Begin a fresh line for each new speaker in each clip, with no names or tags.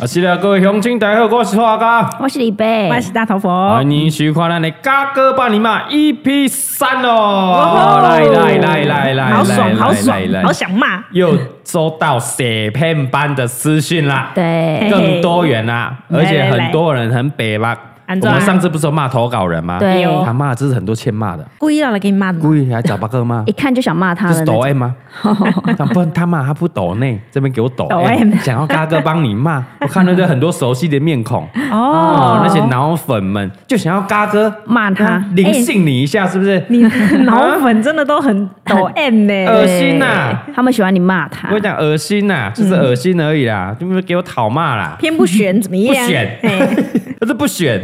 啊，是的，各位乡亲，大家好，我是华哥，
我是李贝，
我是大头佛。
欢迎收看咱的《嘎哥伴你骂》EP E 三哦！来来来来来，
好爽，
来
好
来
爽，
来
好想骂。
又收到写片般的私讯啦，
对
更多元啦，
嘿
而
嘿
且
来来来
很多人很北吧。
安
我
怎啊
们上次不是有骂投稿人吗？
对
有
他骂这是很多欠骂的，
故意要来给你骂的吗？
故意来找八哥骂
一，看就想骂他
这
了那
是抖
种。
M 吗？他不他骂他不抖内，这边给我抖
抖
M，
M
想要嘎哥帮你骂，我看到这很多熟悉的面 孔。
哦
哦，那些脑粉们就想要嘎哥
骂他
灵性你一下，是不是？
你的脑粉真的都很抖 M 呢、
恶心呐！
他们喜欢你骂他
我跟，你讲，恶心呐，就是恶心而已啦，就是给我讨骂啦，
偏不选怎么
不
样？
选
嘿，
可是不选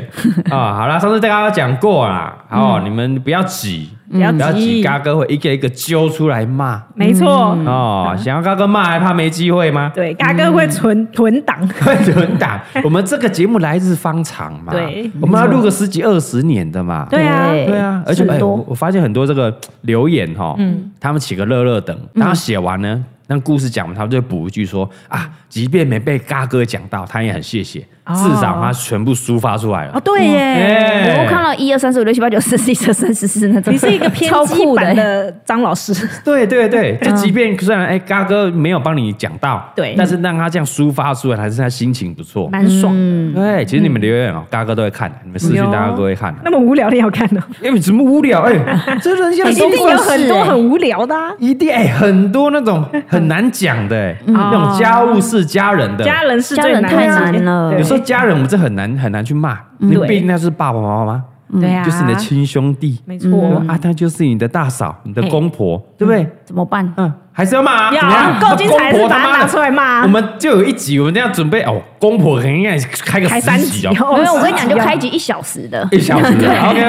啊。好啦，上次大家讲过啦，哦，你们不要挤，
不要
不要挤，
急，
嘎哥会一个一个揪出来骂
没错，
哦。想要嘎哥骂，还怕没机会吗？
嗯对，嘎哥会存囤档，
快轮档，我们这个节目来日方长嘛，
对
我们要录个十几二十年的嘛，
对啊
对啊，而且
很
哎，我
多
我发现很多这个留言哈，
嗯
他们起个乐乐等，然后写完呢，那故事讲完，他们就补一句说啊，即便没被嘎哥讲到，他也很谢谢，
嗯哦
至少他全部抒发出来
哦，
了。
对耶，
哎
我看到一二三四五六七八九十十一十二三十四那种，
你是一个偏
超
激
酷
版
的，
的张老师，
对对对， 就即便虽然哎嘎哥没有帮你讲到，
嗯对
但是让他这样抒发出来，还是他心情不错。
蛮爽的。
对，其实你们留言哦，
嗯
嘎哥都会看，你们私信大家都会看的。
那么无聊的要看哦，
因为怎么无 聊？哎、这人家
一
说
定
过
有很多很无聊的、啊。
一定哎、很多那种很难讲的、哎
嗯
那种家务事、家人的，
家人是最难的，
家人太难了
对嗯
有时候家人我们这很难很难去骂，你
对
毕竟那是爸爸妈妈，
对啊，
就是你的亲兄弟，
没错
啊，他就是你的大嫂、你的
嘿
公婆，对不对？
怎么办？
嗯，还是要骂、啊，怎么样
要够精彩
公
是
婆
把
他
它
妈
拿
的
出来骂
我，们就有一集，我们这样准备哦，公婆肯定要开个
开
十
三
集
集
哦，
哦，
没有，我跟你讲，就
十集
开集一小时的
一小时，OK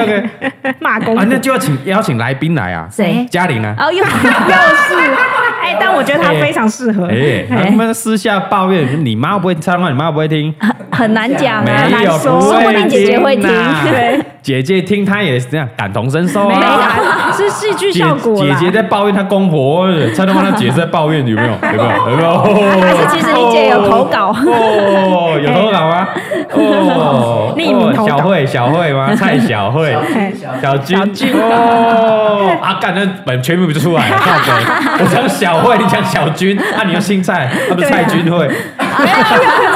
OK，
哦骂公
啊，
主
那就要请邀请来宾来啊，
谁？
嘉玲啊，
哦，又
又是，哎，但我觉得他非常适合。
哎，他们私下抱怨，你妈会不会唱啊？你妈不会听，
很难讲啊，
没有，
难
不
说
说不
会
定姐姐会听
呐
对，
姐姐听她也是这样感同身受
没有
啊。
啊，是戏剧
姐
效果
姐
啦。
姐在抱怨她公婆，蔡东她姐姐在抱怨有 没有？有没有？有没有？
还是其实你姐有投稿
哦，有投稿 吗？哦，
匿名投稿
小慧，小慧 吗？蔡小慧，
哎
小军，哦，啊，干，那本全名不就出来了？靠北我讲小慧，你讲小军，啊，你又姓蔡，啊，不是
对啊
蔡军慧，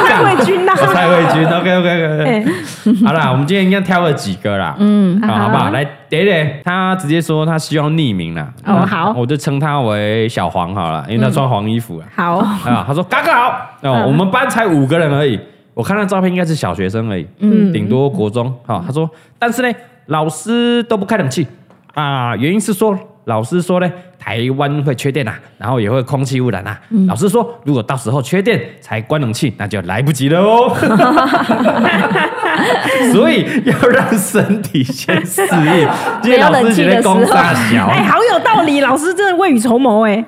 蔡慧君呐啊
哦，蔡慧君，OK OK
哎
OK，好啦，我们今天应该挑了几个啦，嗯，好好不好？来，蕾蕾，他直接说他希望匿名啦，
哦
那
好
我就称他为小黄好了，因为他穿黄衣服啊，
好，
啊，他说嘎嘎好，哦，我们班才五个人而已，我看那照片应该是小学生而已，嗯，顶多国中，好，他说，但是呢，老师都不开冷气啊，原因是说。老师说呢，台湾会缺电啊，然后也会空气污染啊。老师说，如果到时候缺电才关冷气，那就来不及了哦。所以要让身体先适应。因为老师觉得公大小，
哎，好有道理，老师真的未雨绸缪哎。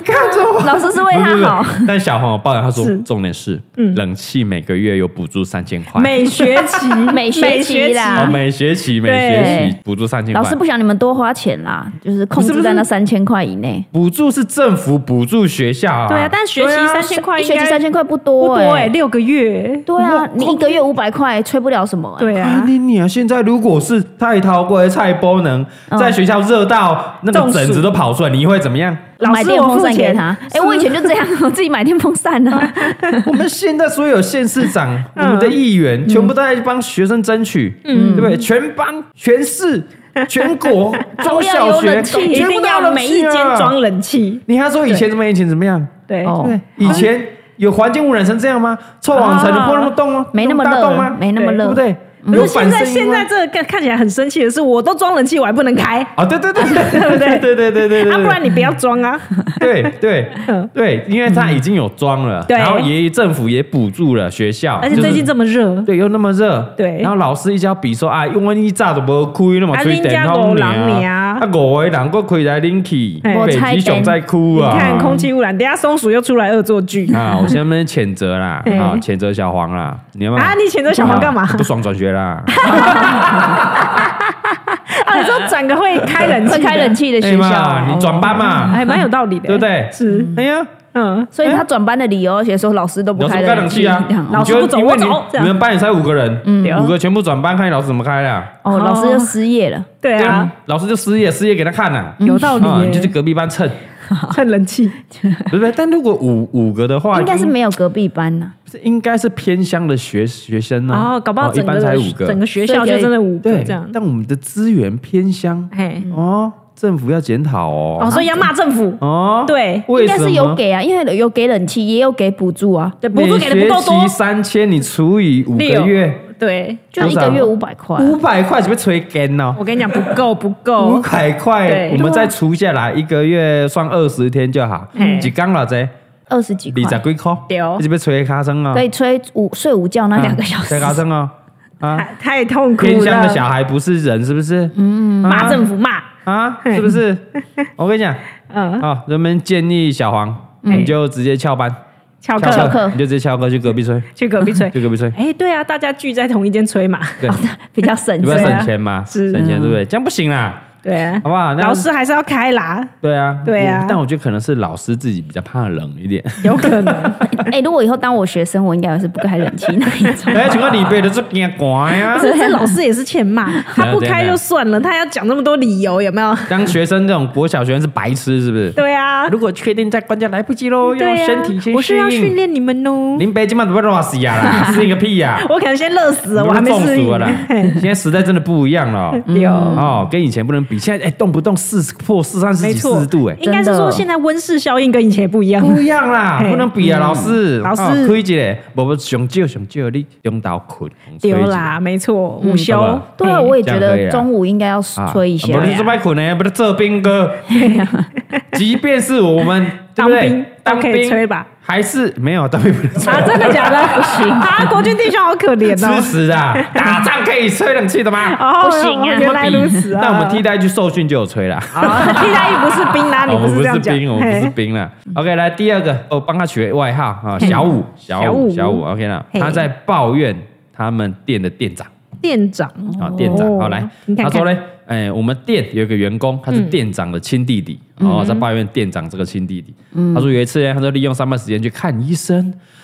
老师是为他好
不。是不是但小黄有抱怨，他说
啊是嗯
重点是，冷气每个月有补助三千块，
每学期，
每学期
啊
啦
哦每学期每学期补助三千块。
老师不想你们多花钱啦，就是
不
控
是
制
不是
在那三千块以内。
补助是政府补助学校啊，
对啊，但学习三千块
一
应
学
该
期三千块不
不
多
多哎，
哎。
六个月。
对啊，你一个月五百块，吹不了什么哎。
对
啊
啊，
你你啊！现在如果是太涛龟、菜包能
嗯
在学校热到那个
中暑
疹子都跑出来，你会怎么样？
老
买
师
电
我
风
付
扇给
钱
他。哎、我以前就这样， 我自己买电风扇呢、 啊。
我们现在所有县市长、我
嗯
们的议员，全部都在帮学生争取，嗯，对不对？全班、全 市、全国中小
都要有
学，
冷气
一
全部
定
都
要
冷
每一
气
间
啊
装冷气。
你还说以前怎么样？以前怎么样？
对，
哦
对，以前有环境污染成这样吗？臭网城
啊
不那么冻吗？
没那么
大
热
洞吗？
没那么
对
对
热
不对？
可
有
是
反
现在
声音
现
吗
在这个看起来很生气的是，我都装冷气，我还不能开
啊，
啊，
对对对 对
不
对
对
对对对对，
啊不然你不要 装啊。
对对对，因为它已经有装了，
嗯对
然后也政府也补助了学校，
而且最近
就是
这么热，
对又那么热，
对
然后老师一直要比说啊，因为你炸都无开，那么
啊
吹
恁
电
家
风
五人尔
啊，啊五个人搁开来拎去，
嘿
北极熊在哭
你
啊，
看空气污染，等一下松鼠又出来恶作剧
啊，我先边谴责 啦，
嘿
啊，谴责小黄啦，你要不要
啊！你谴责小黄干嘛？
啊不爽转学 啦。
啊，你说转个会开冷气，
会开冷，气的学校，
哎嘛，你转班嘛，
还蛮有道理的，
啊对不对？
哦是，
哎呀，
嗯，
所以他转班的理由写说老师都不
老师
开
不开冷气啊
这样，
老
哦
师不走
你就因为
我走
你
这样
你们班也才五个人，
对啊
五个全部转班，看你老师怎么开啦。
哦，老师就失业了。
对啊，，嗯
老师就失业，失业给他看呐。
有道理
啊，你就去
耶，
隔壁班 蹭，
趁人气，
对不对？但如果五五个的话，
应该是没有隔壁班呐、
是应该是偏乡的学学生呢、
然后搞不好
哦一
整
般
个
才
的
五个，
整个学校就真的五个
对
这样，
但我们的资源偏乡
哎，
哦，政府要检讨哦
哦，。所以要骂政府，
哦，
对
为
应
什
该
么
是有给啊，因为有给冷气，也有给补助啊，
对，补助给的不够
每学
多
期，三千，你除以五
六
个月，
对，
就一
多
个
少
月五百块啊、
五百块，是不是吹干呢？
我跟你讲不够不
五
够，
百块，
哦对
我们再除下来，一个月算二十天就好
嘿，
几缸了这，
二十几
二十
块，
几块，
对哦
你是不是吹卡声啊？
可以吹午睡午觉那
啊
两个小时
吹。卡声啊啊！
太太痛苦
偏乡的小
了，
孩不是人，是不是？嗯，
骂政府骂，
啊，
嘿
是不 是？我跟你讲，
嗯，
啊，人们建议小黄，你就直接翘班，
翘
翘
翘
课
课
你就直接翘课去隔壁吹，
去隔壁吹，
去隔壁吹，
哎，对啊，大家聚在同一间吹嘛，
对，
比较省
你不要
钱。啊
省钱嘛，省
啊是
钱对不对？这样不行啦，
对啊，
好不哦好？那
老师还是要开啦，
对啊，
对啊
我但我觉得可能是老师自己比较怕冷一点。
有可能，
哎、如果以后当我学生，我应该也是不开冷气那一 种。
哎，请问你背的是啊干寒呀？
这这老师也是欠 骂，他不开就算了，他要讲那么多理由，有没有？
当学生这种国小学生是白痴是不是？
对啊，
如果确定再关就来不及喽，
对
要
啊，
身体先
我是要
适应
训。练你们哦。
林北今晚怎么热死呀 啦？适应个屁呀！
我可能先热死
你
了，
们
我还没
中
适
暑
应
了啦。现在时代真的不一样了哦。
有，
哦，跟以前不能比，现在哎，动不动四破四三十
没
几
错
四十度哎，
应该是
真的
说现在温室效应跟以前也不一样。
不一样啦，
嘿嗯
不能比啊，老师，
老师
哦开一个，我们上少上少你中岛困，
丢啦，没错，午休
嗯好不好。
对啊，
嘿
我也觉
这样可以
得
啊
中午应该要
啊
吹一下。
不是这边困呢，不是这边 哥。即便是我们对
当
不对
兵都可以吹吧？
还是没有当兵不能 吹
啊，真的假的？不行啊，国军弟兄好可怜
吃
哦。
屎 啊！打仗可以吹冷气的吗？
哦，
不行啊
原来如此啊！
那我们替代去受训就有吹啦。哦
啊替代役不是兵啦，啊你
我
不
们
是
不
这
是
样讲。
兵，我们不是
嘿
兵了。OK，来第二个，我帮他取外号啊，小五，小
小
五，
五
小五。OK 了，
嘿
他在抱怨他们店的店长
店长
啊，店长。好来，他说，
哦
嘞，哎，我们店有一个员工，他是店长的亲弟弟，
嗯
哦，在抱怨店长这个亲弟弟。他说有一次呢，他就利用上班时间去看医生，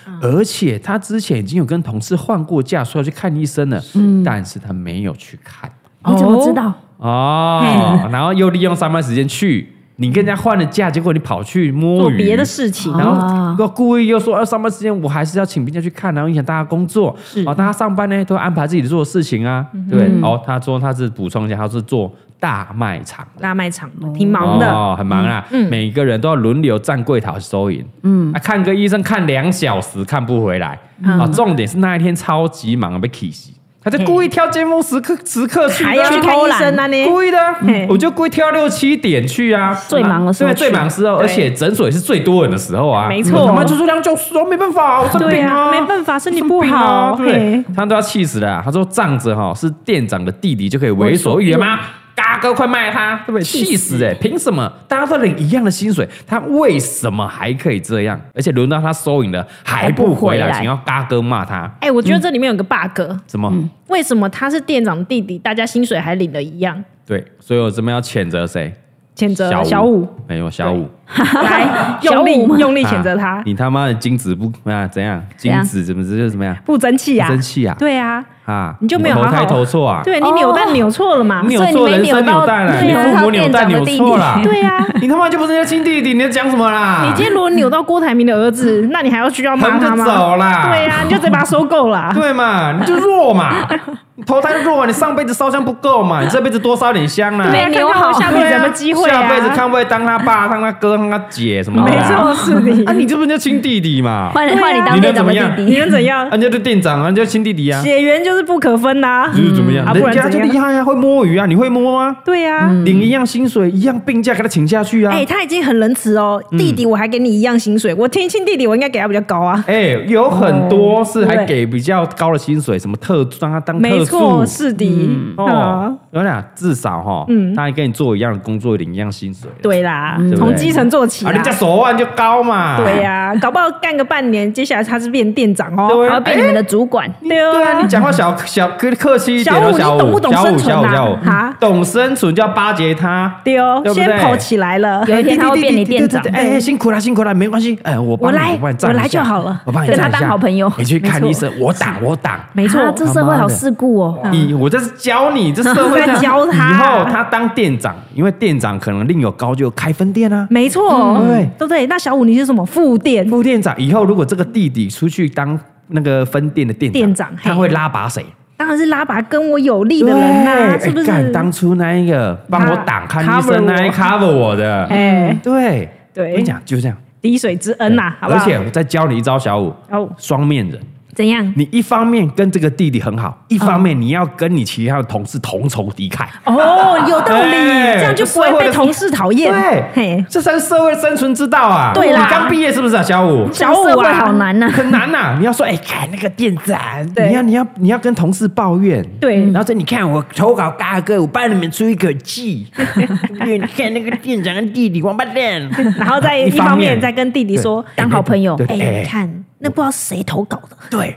嗯
而且他之前已经有跟同事换过假，说要去看医生了，
嗯
但是他没有去看。
你怎么 知道？
嗯
哦，然后又利用上班时间去，你跟人家换了假，结果你跑去摸
做
鱼，
别的事情
哦，
然后
啊
又故意又说，呃，上班时间我还是要请病假去看，然后影响大家工作。哦，大家上班呢都安排自己做的事情啊，
嗯
对不对。哦，他说他是补充一下，他是做大卖场。
大卖场挺忙的，嗯
哦，很忙啊，每个人都要轮流站柜台收银，嗯，啊，看个医生看两小时看不回来，
嗯
啊，重点是那一天超级忙，被 k i 他就故意挑尖峰时刻时刻去的啊，
还要去看医生啊你。
故意的啊、
嘿
我就故意挑六七点去啊，
最忙的时候
对，最忙的时候，
对
而且诊所也是最多人的时候啊，
没错
我他妈就说两小时哦，没办法啊，我生
对
病啊，
啊，没办法，身体
生
不
病啊
好，
对不对
嘿，
他都要气死了啊、他说仗着哈是店长的弟弟就可以为所欲为吗？嘎哥，快卖他，对不对？气死哎、凭什么大家都领一样的薪水，他为什么还可以这样？而且轮到他收银了还不回来，
还不回来
请要嘎哥骂他
哎，我觉得这里面有个 bug，
什么？
为什么他是店长弟弟，大家薪水还领的一样？
对，所以我这边要谴责谁？
谴责小五，
没有小五，
来
小
用
五
力
啊
吗
用力谴责他，
你他妈的精子不啊？怎样？
怎
精
样
子怎么这就是怎么样？
不争气啊，
不争气啊
对啊，
啊，
你就没有好好
投胎投错啊？
对啊你扭蛋
哦
扭错了嘛，
扭
所以你
错
没
人
扭
生
到
扭蛋了，
对
你
啊
父母扭蛋
他
扭
店长的弟弟
错了，
对啊，
你他妈就不是人家亲弟弟，你在讲什么啦？
你今天如果扭到郭台铭的儿
啊
子，那你还要需要骂他
横着
吗？
走啦
对啊，你就直接把他收购啊啦。
对啊嘛，你就弱嘛，你投胎弱嘛，你上辈子烧香不够嘛，你这辈子多烧点香啦。
对啊，
没扭
看看我
好
下辈
对
子
啊
有没有机会啊？
下辈子看会不会当他爸、当他哥、当他姐什么的。
没错，是你
啊，，你这不是叫亲弟弟嘛？
换
对啊
换你当
你能
店
怎
长的
么样
弟
你
弟，
能怎样
啊，？人家就店长啊，人家亲弟弟啊，
血缘就是不可分呐。
就是怎么样？
啊不
人
然
家就
怎样
厉害啊，会摸鱼啊，你会摸吗？
对啊，
领一样薪水，一样病假给他请下去啊。
哎，他已经很仁慈哦，
嗯
弟弟我还给你一样薪水，我天亲弟弟我应该给他比较高啊。
哎、有很多是还
对
给比较高的薪水，什么特让他当
没
特
错，
助
是的，
嗯
啊
啊
嗯
哦，我俩至少哈，他还跟你做一样的工作，领一样薪水。
对啦
对，不对
从基层层做起
啊，
啦。
人家手腕就高嘛。
对呀、搞不好干个半年，接下来他是变店长哦。
对
然后变你们的主管，
对
对啊，你讲话小小客客气一点哦，
小
小
五
五，
你懂不懂
小五，
生存
小五，
啊
小五
啊，
懂生存就要巴结他。
对哦，
对不对
先跑起来了。
有一天他会变你店长
对。对对哎，辛苦了，辛苦了，没关系，哎，我帮你
我来
帮你站一下
我来就好了
我帮你
跟
站一
他
下
当好朋友
你去看
没错
医生，我挡，我挡。
没错
啊这社会好世故哦。
以我这是教你，这社会
嗯 在教他
以后他当店长，因为店长可能另有高就开分店啊。
没错，
对
对不对？那小五你是什么副店？
副店长以后如果这个弟弟出去当那个分店的店
店长嘿
他会拉拔谁？
当然是拉拔跟我有利的人呐、
对
是不
哎
是？
干当初那一个帮我挡看医生那一 cover 我的，
哎
对
对
我跟你讲就这样。
滴水之恩呐、好不
而
好？
且我再教你一招小五，
哦，
双面人。
怎样？
你一方面跟这个弟弟很好，一方面你要跟你其他的同事同仇敌忾。
哦，有道理，
哎
这样就不会被同事讨厌。
对
嘿，，
这才是社会生存之道啊！
对啦
你刚毕业是不是啊，小五？
这个社会好难啊呐，
很难呐、你要说，哎、看那个店长，
对
你要你要你要跟同事抱怨，
对
然后说，你看我投稿大哥，我帮你们出一口气，对你看那个店长跟弟弟王八蛋，
然后 在
一
一
方面
方面再跟弟弟说，
当好朋友
对
哎、
对对
你看那不知道谁投稿的，
对，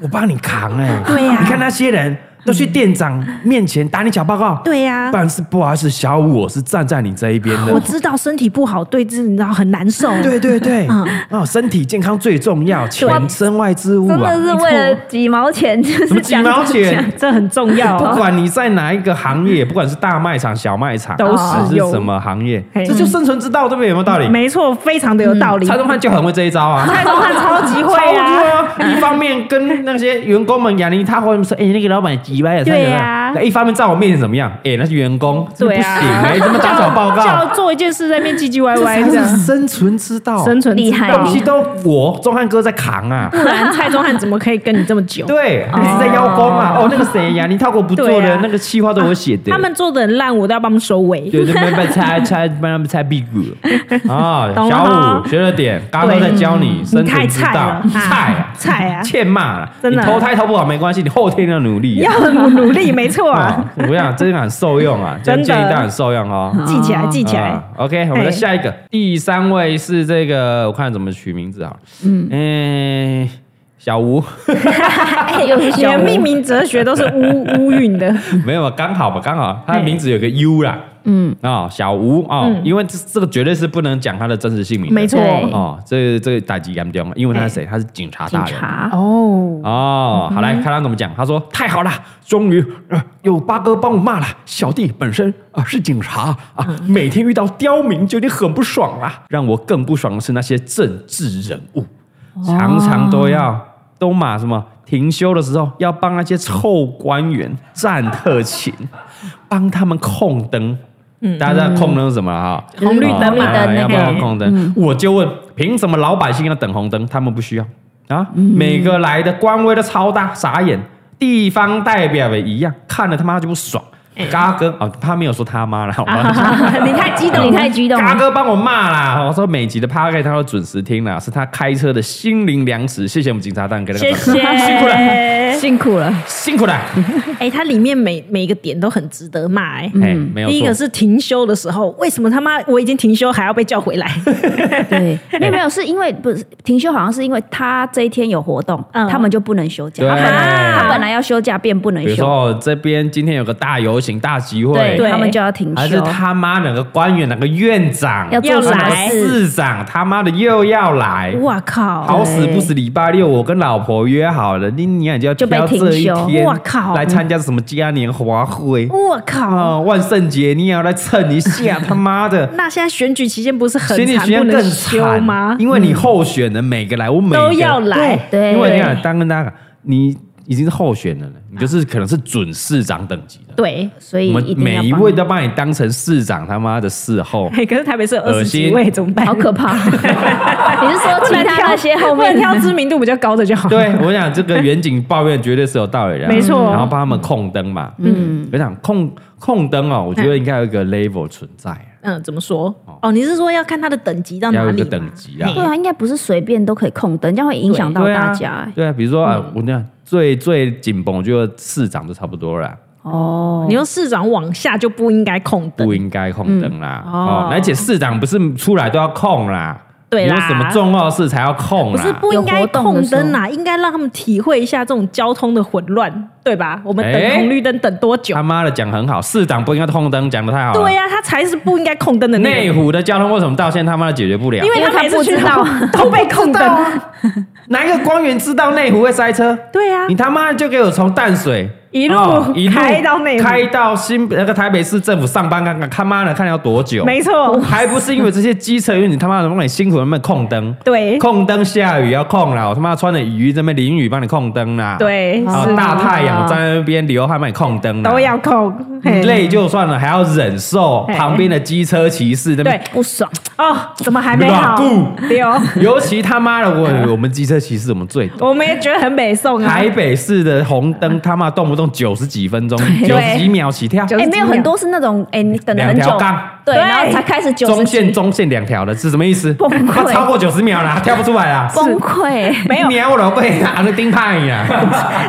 我帮你扛哎、
对呀
你看那些人都去店长面前打你小报告，
对呀
但是不好意思，小五我是站在你这一边的
我。知道身体不好，对自己你知道很难受。
对对对，
嗯
哦，身体健康最重要，全身外之物
真
啊
的，是为了几毛钱，就
什
是
么几
讲
毛钱，
这很重要、
不
哦。
管你在哪一个行业，不管是大卖场、小卖场，
都是
还是
有
什么行业，
嘿
这就生存之道，对不对？有没有道理？
没错，非常的有道理。
蔡
嗯
宗汉就很会这一招啊。
蔡宗汉 超级会啊！
超多啊！一方面跟那些员工们讲，你他会说：“哎、那个老板鸡歪了。”
对
呀、
啊
那一方面在我面前怎么样？哎、那些员工
对啊
不行哎、怎么打小报
叫
告？
做一件事在那边唧唧歪
这
歪
才
啊这
是
样，
生存之道，
生存
厉害
东西都我钟汉哥在扛啊。
不然蔡宗汉怎么可以跟你这么久？
对，一直在邀功啊！哦，那个谁呀，林涛国不做
哦对
的
啊
那个企划都我写的，
他们做的很烂，我都要帮他们收尾。
对，就慢慢拆拆，慢慢拆屁 股啊！
懂了
小
吗
五学了点，刚刚都在教你生
你太
存之
菜
道
了，，
菜啊
啊菜啊，
欠骂了，
真
你
的
投胎投不好没关系，你后天要努力啊。
要努努力，没错啊，
啊，我跟你讲，真的很受用啊，这样
真的
建议当然很受用哦。
记起来，记起来
啊。OK，我们再下一个，第三位是这个，我看怎么取名字啊？嗯，小吴
哎又是
你
小
的
吴
命名哲学都是乌乌韵 的，
没有，刚好吧，刚好他的名字有个 U 啦。嗯啊，小吴啊，因为这这个绝对是不能讲他的真实姓名的，
嗯没错。
对
哦，这这个打击严重，因为他是谁？他是警察
警
大人。
察，
哦，
哦，好来看他怎么讲。他说：“太好了，终于、呃、有八哥帮我骂了。小弟本身啊、是警察啊，每天遇到刁民就已经很不爽啦。让我更不爽的是那些政治人物，常常都要都骂什么停休的时候要帮那些臭官员站特勤，帮他们控灯。”大家知道控灯是什么啊？
红绿灯
哦
红绿灯
哎
那
要
个
帮忙控灯。我就问，凭什么老百姓要等红灯，他们不需要啊？每个来的官威都超大，傻眼。地方代表也一样，看了他妈就不爽。嘎哥啊，他没有说他妈啦，我帮他
你太激动，你太激动
嘎
了。
哥帮我骂啦！哦我说每集的 p a 他都准时听啦，是他开车的心灵粮食。谢谢我们警察大人给他个
谢
掌
谢
声，， 辛苦了，
辛苦了，
哎辛苦了。
哎，它里面每每一个点都很值得骂，哎。
哎，没有
第一
错
个。是停休的时候，为什么他妈我已经停休还要被叫回来？
对，没有没有，是因为不是停休，好像是因为他这一天有活动，
嗯啊
他们就不能休假。
对
他本来他本来要休假，变不能
比如
休，
说这边今天有个大游行、大集会，
对
对
他们就要停
还是
休。
他妈哪个官员、哪个院长
要做
要
什么
来
事？
市长他妈的又要来，
哇靠！
好死不死礼拜六我跟老婆约好了，你你也就要
就被
挑这一
停休
天，
哇靠
来参加什么嘉年华会
我
啊、
靠！
万圣节你也要来蹭一下，他妈 的！
那现在选举期间不是很
选举
惨
学
不
院更
能休
惨
吗？
因为你候选人每个来，我每个
都要来
对
因为你看，当跟大家讲，你已经是候选人了，你就是可能是准市长等级的，
对，
所以
我们
一定
每
要
一
帮
位都把你当成市长他妈的事后，
哎，可是台北市有二
恶
十
心
几位，怎么办？
好 可怕！你是说
不
其
能
他
挑
那些后
不能
面
挑知名度比较高的就好。
对，我想这个远景抱怨绝对是有道理的啊，
没错
然后帮他们控灯嘛，嗯，我想控控灯哦，我觉得应该有一
哎
个 level 存在，
嗯，怎么说？哦，你是说要看他的等级到
要
哪
有一
里
个
吗？
等级啊
对。啊，应该不是随便都可以空灯，这样会影响到
对啊
大家。哎
嗯
对啊，比如说啊，我那最最紧绷，我觉得市长就差不多了啊。
哦，
你说市长往下就不应该空等
不，应该空等啦。
嗯
哦
哦，
而且市长不是出来都要空啦，
对啦
你有什么重要事才要空
不
啦？
是不应该
有活动
空
的时候
灯啊，应该让他们体会一下这种交通的混乱，对吧？我们等
哎
红绿灯等多久
他？妈的讲很好，市长不应该空灯，讲的太好了。
对呀、他才是不应该空灯的那个
内
人，
湖的交通为什么到现在他妈的解决不了？
因为
因为
他
他
每次
不
去
知道
都被空灯。
哪一个官员知道内湖会塞车？
啊对啊呀、
你他妈就给我从淡水
一路
哦一路
开到内湖
开到新那个台北市政府上班，看看他妈的看要多久？
没错，
还不是因为这些机车，因为你他妈的那么辛苦，那么空灯，
对
空灯下雨要空啦，我他妈穿着雨衣在那边淋雨帮你空灯啦，，
对，
啊
是
大太阳
啊
在那边流汗帮你空灯啦，
都要空。嘿
累就算了，还要忍受
嘿
旁边的机车骑士在那边
对
不爽，
哦，怎么还没好
软？
对哦，
尤其他妈的，我我们机车骑士我们最懂。
我们也觉得很 北宋啊
台。北市的红灯他妈动不动九十几分钟，九
对
十几秒起跳，
就
哎，
是
没有
几秒
很多是那种哎，你等了很
两条
久
杠，
对，
对
然后才开始九
中
十
线中线两条的是什么意思？
崩溃
他超过九十秒 啦，跳不出来啦，
崩溃，
没有
秒了被啊那丁派 呀，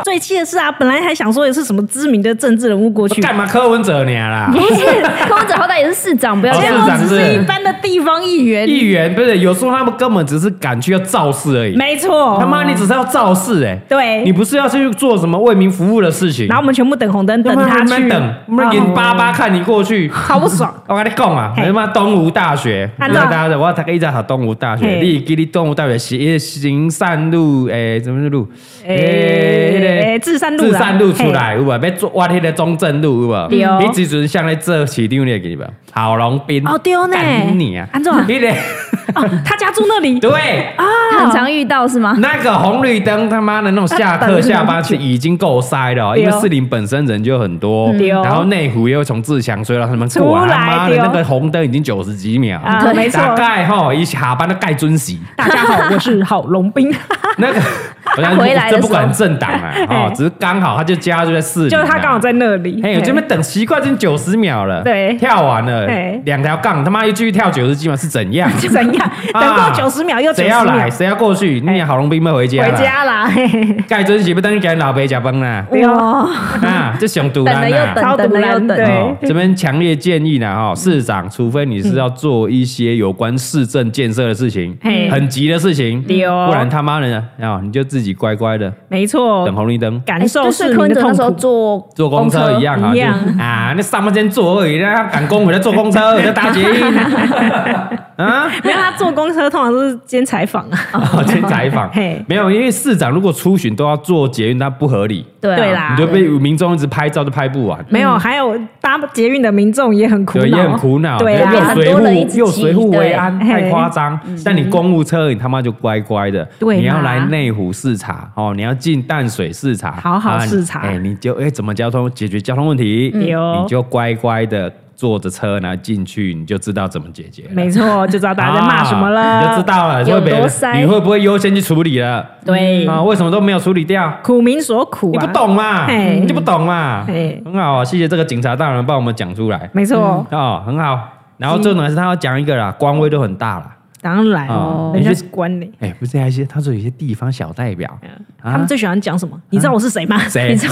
最气的是啊，本来还想说也是什么知名的政治人物过去，
干嘛柯文哲你啊啦？
不是柯文哲好歹也是市长，不要
哦
这
结
市
样
长
果
是
只
不
哎是
是
一般的地方议员。
议员不是，有时候他们根本只是赶去要造势而已。
没错，
他妈，你只是要造势哎，
对
你不是要去做什么为民服务的事情？
然后我们全部等红灯，等
他妈
他
慢慢
去，哦嗯
等，我们眼巴巴看你过去，
好不 爽。
我跟你讲啊，
嘿
他妈东吴大学，
啊
你知道大家我大概一直考东吴大学，
嘿
你给你东吴大学行行善路，诶，什么路？
哎诶，
诶，
哎至善
那
路
个
啦，
自哎善路出来有无？要做挖迄个中正路有无？
对哦
你只准像咧做市长你会记无？郝龙斌
哦对哦呢
干你啊！
安怎啊
迄 个
嘿哦，他家住那 里
对
啊，
很常遇到是吗？
那个红绿灯，他妈的那种下课
啊
下班去已经够塞了哦，因为
对哦
士林本身人就很多，
对哦
然后内湖又从自强所以让他们过
出
来，
来
他妈的
对哦
那个红灯已经九十几秒，
啊，没错。
大概哈一下班都盖尊 席，
大家好，我是郝龙斌，
那个我想
回来的
这
时
不
候
管政党 啊，哦
嘿，
只是刚好他就加入在市里啊，
就是他刚好在那里。
嘿，我这边等习惯已经九十秒了，
对
跳完了
嘿，
两条杠，他妈又继续跳九十几秒是怎 样？
嘿 怎 样？等过九十秒又
啊谁
九十
要
秒，
来，谁要过去？你也郝龙斌没回家，
回。家啦。嘿嘿嘿
盖尊席不等于给人老爸吃饭 啦，
对哦
哇，
啊，这熊毒
等
男
了又
啊。
等，
超
等
堵
了又
然
等
对。
哦，这边强烈建议呢，哈，市长，除非你是要做一些有关市政建设的事情，
嗯嘿
嗯很急的事情，
对哦
不然他妈的啊，你就自己乖乖的
没错
等，红绿灯，
感
哎
受
就是是
你
柯文
的
哲
痛
那时候
苦。
坐
坐公车一样啊，
一
就
样
啊，那上班时间坐而已，让他赶工回来坐公 车，在搭捷运啊，
没有，他坐公车通常都是兼采访啊。
哦去采访
嘿，
没有，因为市长如果出巡都要坐捷运，那不合理，
对啊
对啦
你就被民众一直拍照都拍不完。
没有，还有搭捷运的民众也很苦恼，
对，也很苦恼，
对
又
啊，
很
随
多人一
户
直
又
骑
随户为安，
对
太
嘿嗯
夸张。但你公务车，你他妈就乖乖的，
对
你要
嘛
来内湖视察哦，你要进淡水视察，
好好
啊你
视察
哎，你就哎怎么交通解决交通问题，
嗯
你就乖乖的坐着车然后进去，你就知道怎么解决了。
没错，就知道大家在骂什么
啊
了，
你就知道了，
有
会不会
多塞
你会不会优先去处理了？
嗯
对
啊，为什么都没有处理掉？
苦民所苦
你
啊，
不，懂嘛，
嘿
你就不懂嘛，
嘿
很好啊，谢谢这个警察大人帮我们讲出来。
没错，
哦，很好。然后重点是他要讲一个啦，官威都很大啦。
当然
哦，
人家是官嘞，
哎，不是还有一些，他说有些地方小代表，
他们最喜欢讲什么？你知道我是谁吗？
啊 谁谁。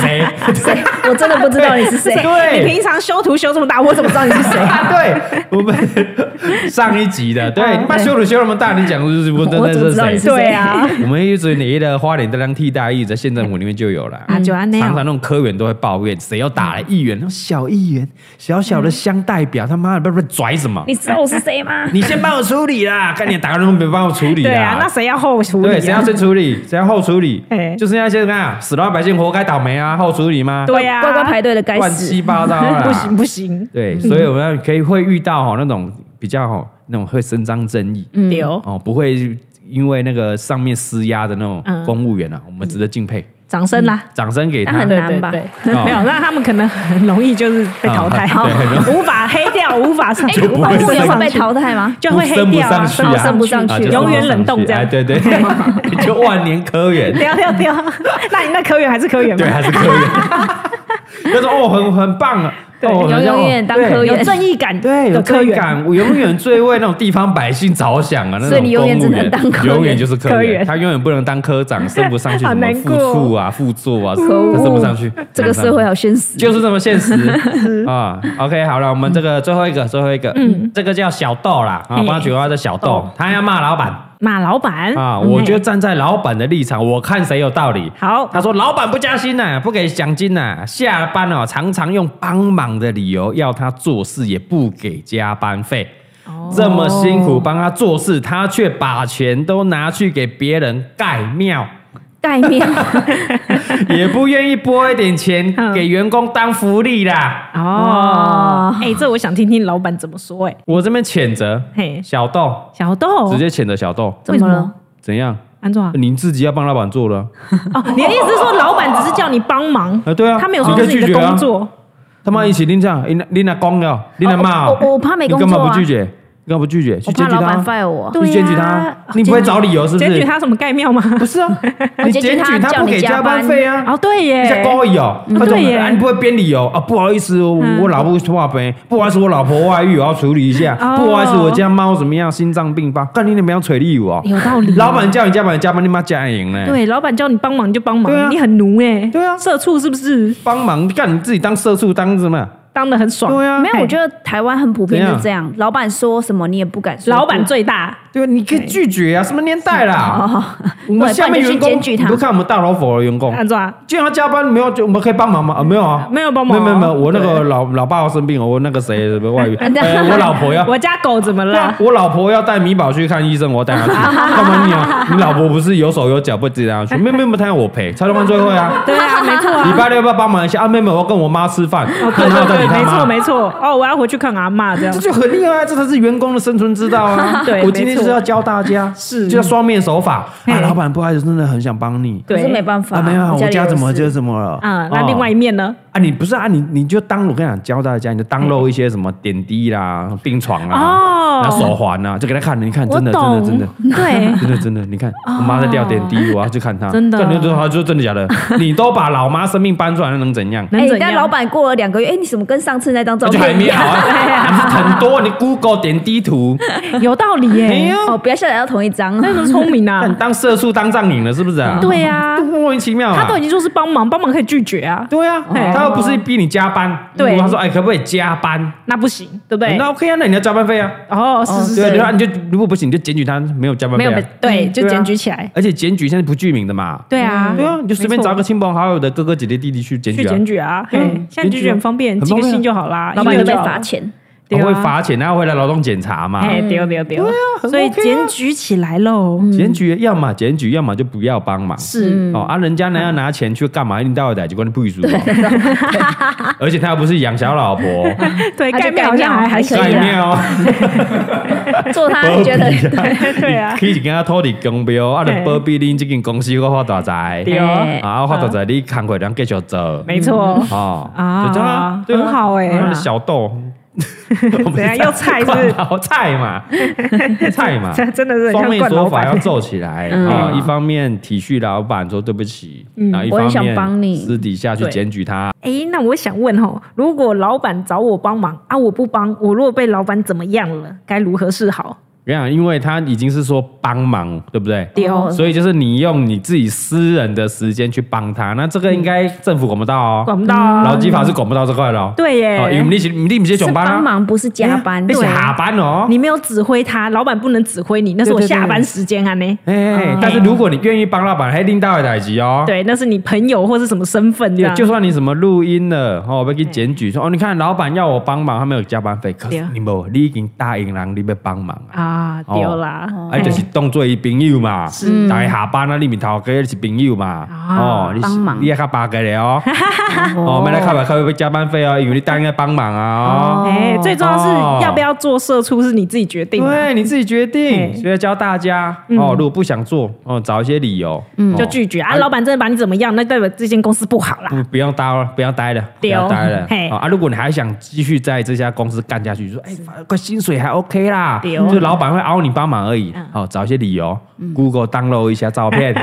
谁？我真的不知道你是谁
对，
你平常修图修这么大，我怎么知道你是 谁？
啊，对，我们上一集的，对，你把修辱修那么大，你讲就是我真
我
的
怎么知道你
是
是
谁？
谁？
对啊，
我们一直你的花莲的当替代役在县政府里面就有了。
啊，就安那
常常
样
那，种科员都会抱怨，谁要打来议员？那种小议员，小小的乡代表，他妈的不知道在拽什么？
嗯
你知道我是谁吗？
你先帮我处理 啦，赶紧打个电话没帮我处理啦。
对啊，那谁要后处理
对，
啊？
谁要先处理，谁要后处理
嘿，
就是那些啊，死老百姓活该倒霉啊，后处理吗？
对呀，
乖乖排队的该
乱
死
七。八糟啦。
不行不行，
对，所以我们可以会遇到哈那种比较哈那种会伸张正义
刘
哦，不会因为那个上面施压的那种
嗯
公务员啊，我们值得敬佩，
掌声啦。
掌声给
那
他
很。
嗯对
难吧
对对
哦
没有，那他们可能很容易就是被淘汰
啊对很，
无法黑 掉，无法上，
哎，
就不
公
会
务员
上
会被淘 汰吗？
就会黑
升不
掉啊，
上去啊
升不上去
啊就
永远冷冻这
哎
样。
对对， 就万年科员，
不要不要 不要，那你那科员还是科员
对，
吗？
还是科员。他说：“哦，很很棒啊，对
你要永远当科
有
员，
正义感
对，有
的科
科
员，
感，我永远最为那种地方百姓着想啊，那种
所以你永远
公务
只能
员
当科员
永远就是科
科
员，
员
他永远不能当科长，升不上去
好
什么
难
副
过
处啊、副座啊，
可恶
他升不上去。
这个
升不上
社
去
会好现实。
就是这么现 实啊。OK，好了，我们这个最后一个，最后一个，嗯，这个叫小豆啦啊，
嘿
帮他取个叫小豆
豆，
他要骂老板
马老板
啊。
嗯
我觉得站在老板的立场，我看谁有道理。
好，
他说：“老板不加薪呐、不给奖金呐、下班哦常常用帮忙的理由要他做事，也不给加班费。
哦
这么辛苦帮他做事，他却把钱都拿去给别人盖庙，
盖 庙，
也不愿意拨一点钱
嗯
给员工当福利啦。
哦，哎，这我想听听老板怎么说，哎，
我这边谴责
嘿，
小豆，
小豆
哦
直，接谴责小豆，
怎么
为什么
了？
怎样？
安总啊，
你自己要帮老板做了啊，
哦，你的意思是说老板只是叫你帮忙，
啊对啊，
他没有
你
说
可
是
以
你
拒绝
的
啊
工。作，
他妈一起拎这样，拎拎来公了，拎来骂哦
哦，我我怕没
你
工
干
作
嘛不
啊
拒，绝？你干嘛不拒绝？去
我怕
检举
老板
他，啊
fire 我。
对
去检举他
啊
呀，
你不会找理由是不
检举
是？
他什么盖庙吗？
不 是啊，你
检举
检
他
举他
叫
不
你
给
加
加班
班哎
费啊。
哦，对耶，
你在高一哦，
嗯
他怎
对
么
耶
啊？你不会编理由啊？不好意思，我
嗯
我老婆破病，不好意思，我老婆外遇，我要处理一下。
哦
不好意思，我家猫怎么样，心脏病发。干你怎么样锤理我啊？
哎
有道理，
老板叫你加班，你加班你妈加赢呢？
对，老板叫你帮忙你就帮忙，
对啊
你很奴哎、
对啊
社畜是不是
帮忙干你自己当社畜当什么？
当的很爽？
对啊
没有，我觉得台湾很普遍
怎
是
样
这样，老板说什么你也不敢说不。
老板最大，
对啊，你可以拒绝啊，什么年代啦？
哦，
我们下面员
不然
工，
你就去检举
你
他
不看我们大老佛的员工，
安抓
既然要加班没有，就我们可以帮忙吗？啊，没有啊，
没有帮
没
忙
有
啊
没有没有，我那个老老爸生病，我那个谁什么外遇，
啊对
哎我老婆要。
我家狗怎么
对啊
了？
我老婆要带米宝去看医生，我带她去。干嘛你啊？你老婆不是有手有脚，不自己带她去？没有没有没有，她要我陪。蔡东换最会啊，
对啊，没错
礼
啊。
拜六要不要帮忙一下啊？妹妹，我要跟我妈吃饭，
哦，
看
对
她
对
到底
对，
他
没
妈
错。没错。哦，我要回去看阿嬷这样
这。就很厉害，这才是员工的生存之道啊！
嗯 对
我今天
没错
是要教大家，
是
就要双面手法
嘿
啊！老板，不好意思，真的很想帮你
可
对
是没办法，
啊，没有啊，我
里有
家怎么
事
就怎么了
啊、那
哦
另外一面呢？
啊，你不是啊，你你就当我跟你讲，教大家，你就当漏一些什么点滴啦、病床啊、
嗯哦
然后手环啊，就给他看，你看，
我
真的，真的，
懂，
真的。
对
真的真的，你 看我妈在掉点滴，我要去看她。
真的
干你就她就真的假 的？你都把老妈生命搬出来，那能怎样？
能
哎，
怎
但
样？
老板过了两个月，哎，你怎么跟上次那张照
而且 还
片一
没好
样？
啊，很多你 Google 点滴图，
有道理
哎
耶、
呀，
哦，不要下载到同一 张。
那是聪明啊
看。当社畜当上瘾了是不是啊？
对啊，
莫名其妙啊
他都已。经说是帮忙，帮忙可以拒绝啊，
对啊，
哎
他又不是逼你加班，
对
他说哎可不可以加班？
那不行，对不对？
那 OK 啊，那你要加班费啊。
哦，是是是，
对，然后你就如果不行，你就检举他没有加班
没
费
有
啊、
被嗯对，就
对啊
检举起来。
而且检举现在不具名的嘛。
对啊，
对啊，你就随便
没错
找个亲朋好友的哥哥姐姐弟弟去检
去
举啊
检，举啊，
对
嘿
啊，
现在检举很方便，
很
寄
方便啊啊
个信就好啦，
老板
一
会
个
被
就好
罚，钱，
他
对啊
会罚钱，然后会来劳动检查嘛。
哎，丢丢丢，
很
所以
OK 嗯啊嗯
检举起来喽，
检举要么检举，要么就不要帮忙。
是嗯
哦啊，人家呢要拿钱去干嘛？一定到尾逮就关不 许输。而且他又不是养小老婆，
对，
那就
盖庙好像还
盖
还可
庙
干
以
啊
啦，
妙哦，
做他觉得
对啊，
可以跟他偷你公标，啊，就
嘿
保庇恁这间公司我发大财，
对
哎
啊，发大财你工课人继续做。
没错，
哦
啊
就这样啊，对啊
很好欸
他的小豆，
怎样要菜是不 是
好菜 嘛，菜嘛，
这真的是
双
很像
面
惯
说
老
法
板
要，皱起来
嗯
啊！一方面体恤老板说对不起，
嗯
然后一
我很
方
想帮
面
你
私底下去
对
检举他，
哎，那我想问吼，如果老板找我帮忙啊，我不帮，我如果被老板怎么样了，该如何是好？
我想，因为他已经是说帮忙，对不对？
丢
哦
所以就是你用你自己私人的时间去帮他，那这个应该政府管不到哦，
嗯管不到啊
劳，基法是管不到这块的哦。
对
哦，因为
耶，
你是你不是
是
上班
帮
啊，
忙，不是加班。
你是
对啊
下班哦。
你没有指挥他，老板不能指挥你，那是我
对对对
下班时间啊呢。
哎，但是如果你愿意帮老板，还另到的代级哦。
对，那是你朋友或是什么身份这
对，
样，
就算你什么录音了，哦，被给检举说哦，你看老板要我帮忙，他没有加班费，可
对
是
啊
你没，你已经答应人你要帮忙啊，
啊，
哦
丢啦，
哎，就是当做伊朋友嘛，
是
大家下班啊，你面头家是朋友嘛，
啊
哦，你是
帮忙
你也较巴结的 哦，哦，没来靠白靠要加班费哦，因为你答应要帮忙啊，哦，
哎、最重要
哦
是要不要做社畜是你自己决定的，
对，你自己决定，
哎
所以要教大家哦，如果不想做哦，找一些理由，哦
就拒绝啊。老板真的把你怎么样，那代表这间公司不好啦。
不不要待了，不要待了，不
对哦
要待了。
嘿
啊，如果你还想继续在这家公司干下去，就说哎，反正薪水还 OK 啦，
对哦
哦
嗯
就老板会凹你帮忙而已。好，找一些理由，Google download 一下照片，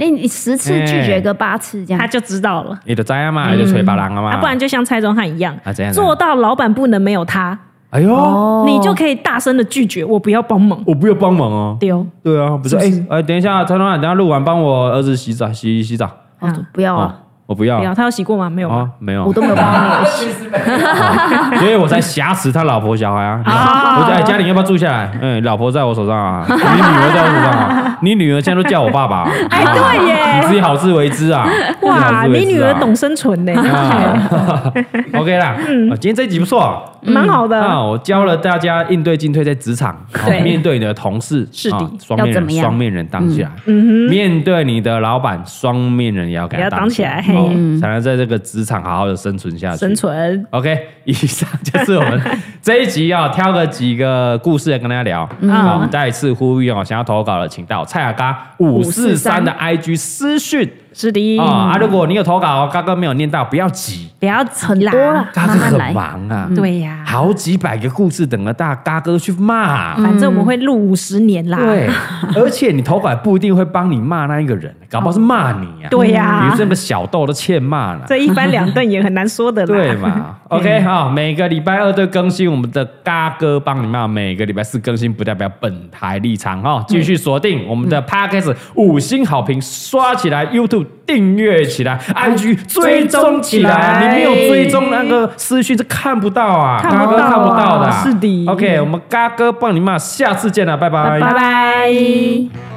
那你十次
哎
拒绝个八次这
他
样，
就知道了。
你的灾啊嘛，你的吹巴郎啊
啊，
嘛，
不然就像蔡宗翰一样
啊怎样，怎样
做到老板不能没有他，
哎呦，
哦
你就可以大声的拒绝，我不要帮忙。
我不要帮忙哦。
丢，
对啊，不是哎哎，等一下，蔡老板，等一下录完帮我儿子洗澡，洗洗澡
哦不要
啊
啊，，
我不要
不要，他有洗过吗？没有吧。
啊，没有哦
我，都没有帮你。
因为我在挟持他老婆小孩啊。
啊
我在家里要不要住下来？嗯，老婆在我手上 啊，你女儿在我手上啊，你女儿现在都叫我爸爸啊，
哎，对
你
耶，
自己好自为之啊。自己好
哇，
自为
你
之啊
女儿懂嗯生存呢，
啊 OK 啦，啊今天这一集不错啊。
嗯
蛮好
啊，
的。
我教了大家应对进退在职场，好
对
面对你的同事
是的
啊双面
要怎么
人，
样
双面人当起来，
嗯
面对你的老板，双面人也要给
也
他
要
当起来，
当起来
哦
嘿
才能在这个职场好好的生存下去。
哼，生存
OK，以 上就是我们这一集啊、挑个几个故事来跟大家聊。好，我们再一次呼吁哦，想要投稿的，请到蔡雅嘎五四三的 IG 私讯
是的，
啊啊！如果你有投稿，刚刚没有念到，不要急，
不要急
很多
啦
啦，
嘎哥
慢慢
很
来
忙啊，
对呀，
好几百个故事等着大嘎哥去骂。
嗯
反正我们会录五十年啦。
对，而且你投稿也不一定会帮你骂那一个人，搞不好是骂你呀、啊。
对呀
你这个小豆都欠骂了。
这一翻两瞪眼很难说的啦。
对 嘛？OK，好，每个礼拜二都更新我们的嘎哥帮你骂，每个礼拜四更新，不代表本台立场哦。继续锁定我们
嗯
的 Podcast，五星好评刷起来，YouTube 订阅起来，IG
嗯
追踪起
哎
来。你没有追踪那个私讯是看不到啊，
看不
嘎哥
到啊
看不到的啊。
是的
OK，我们嘎哥帮你骂，下次见了，拜拜
拜拜。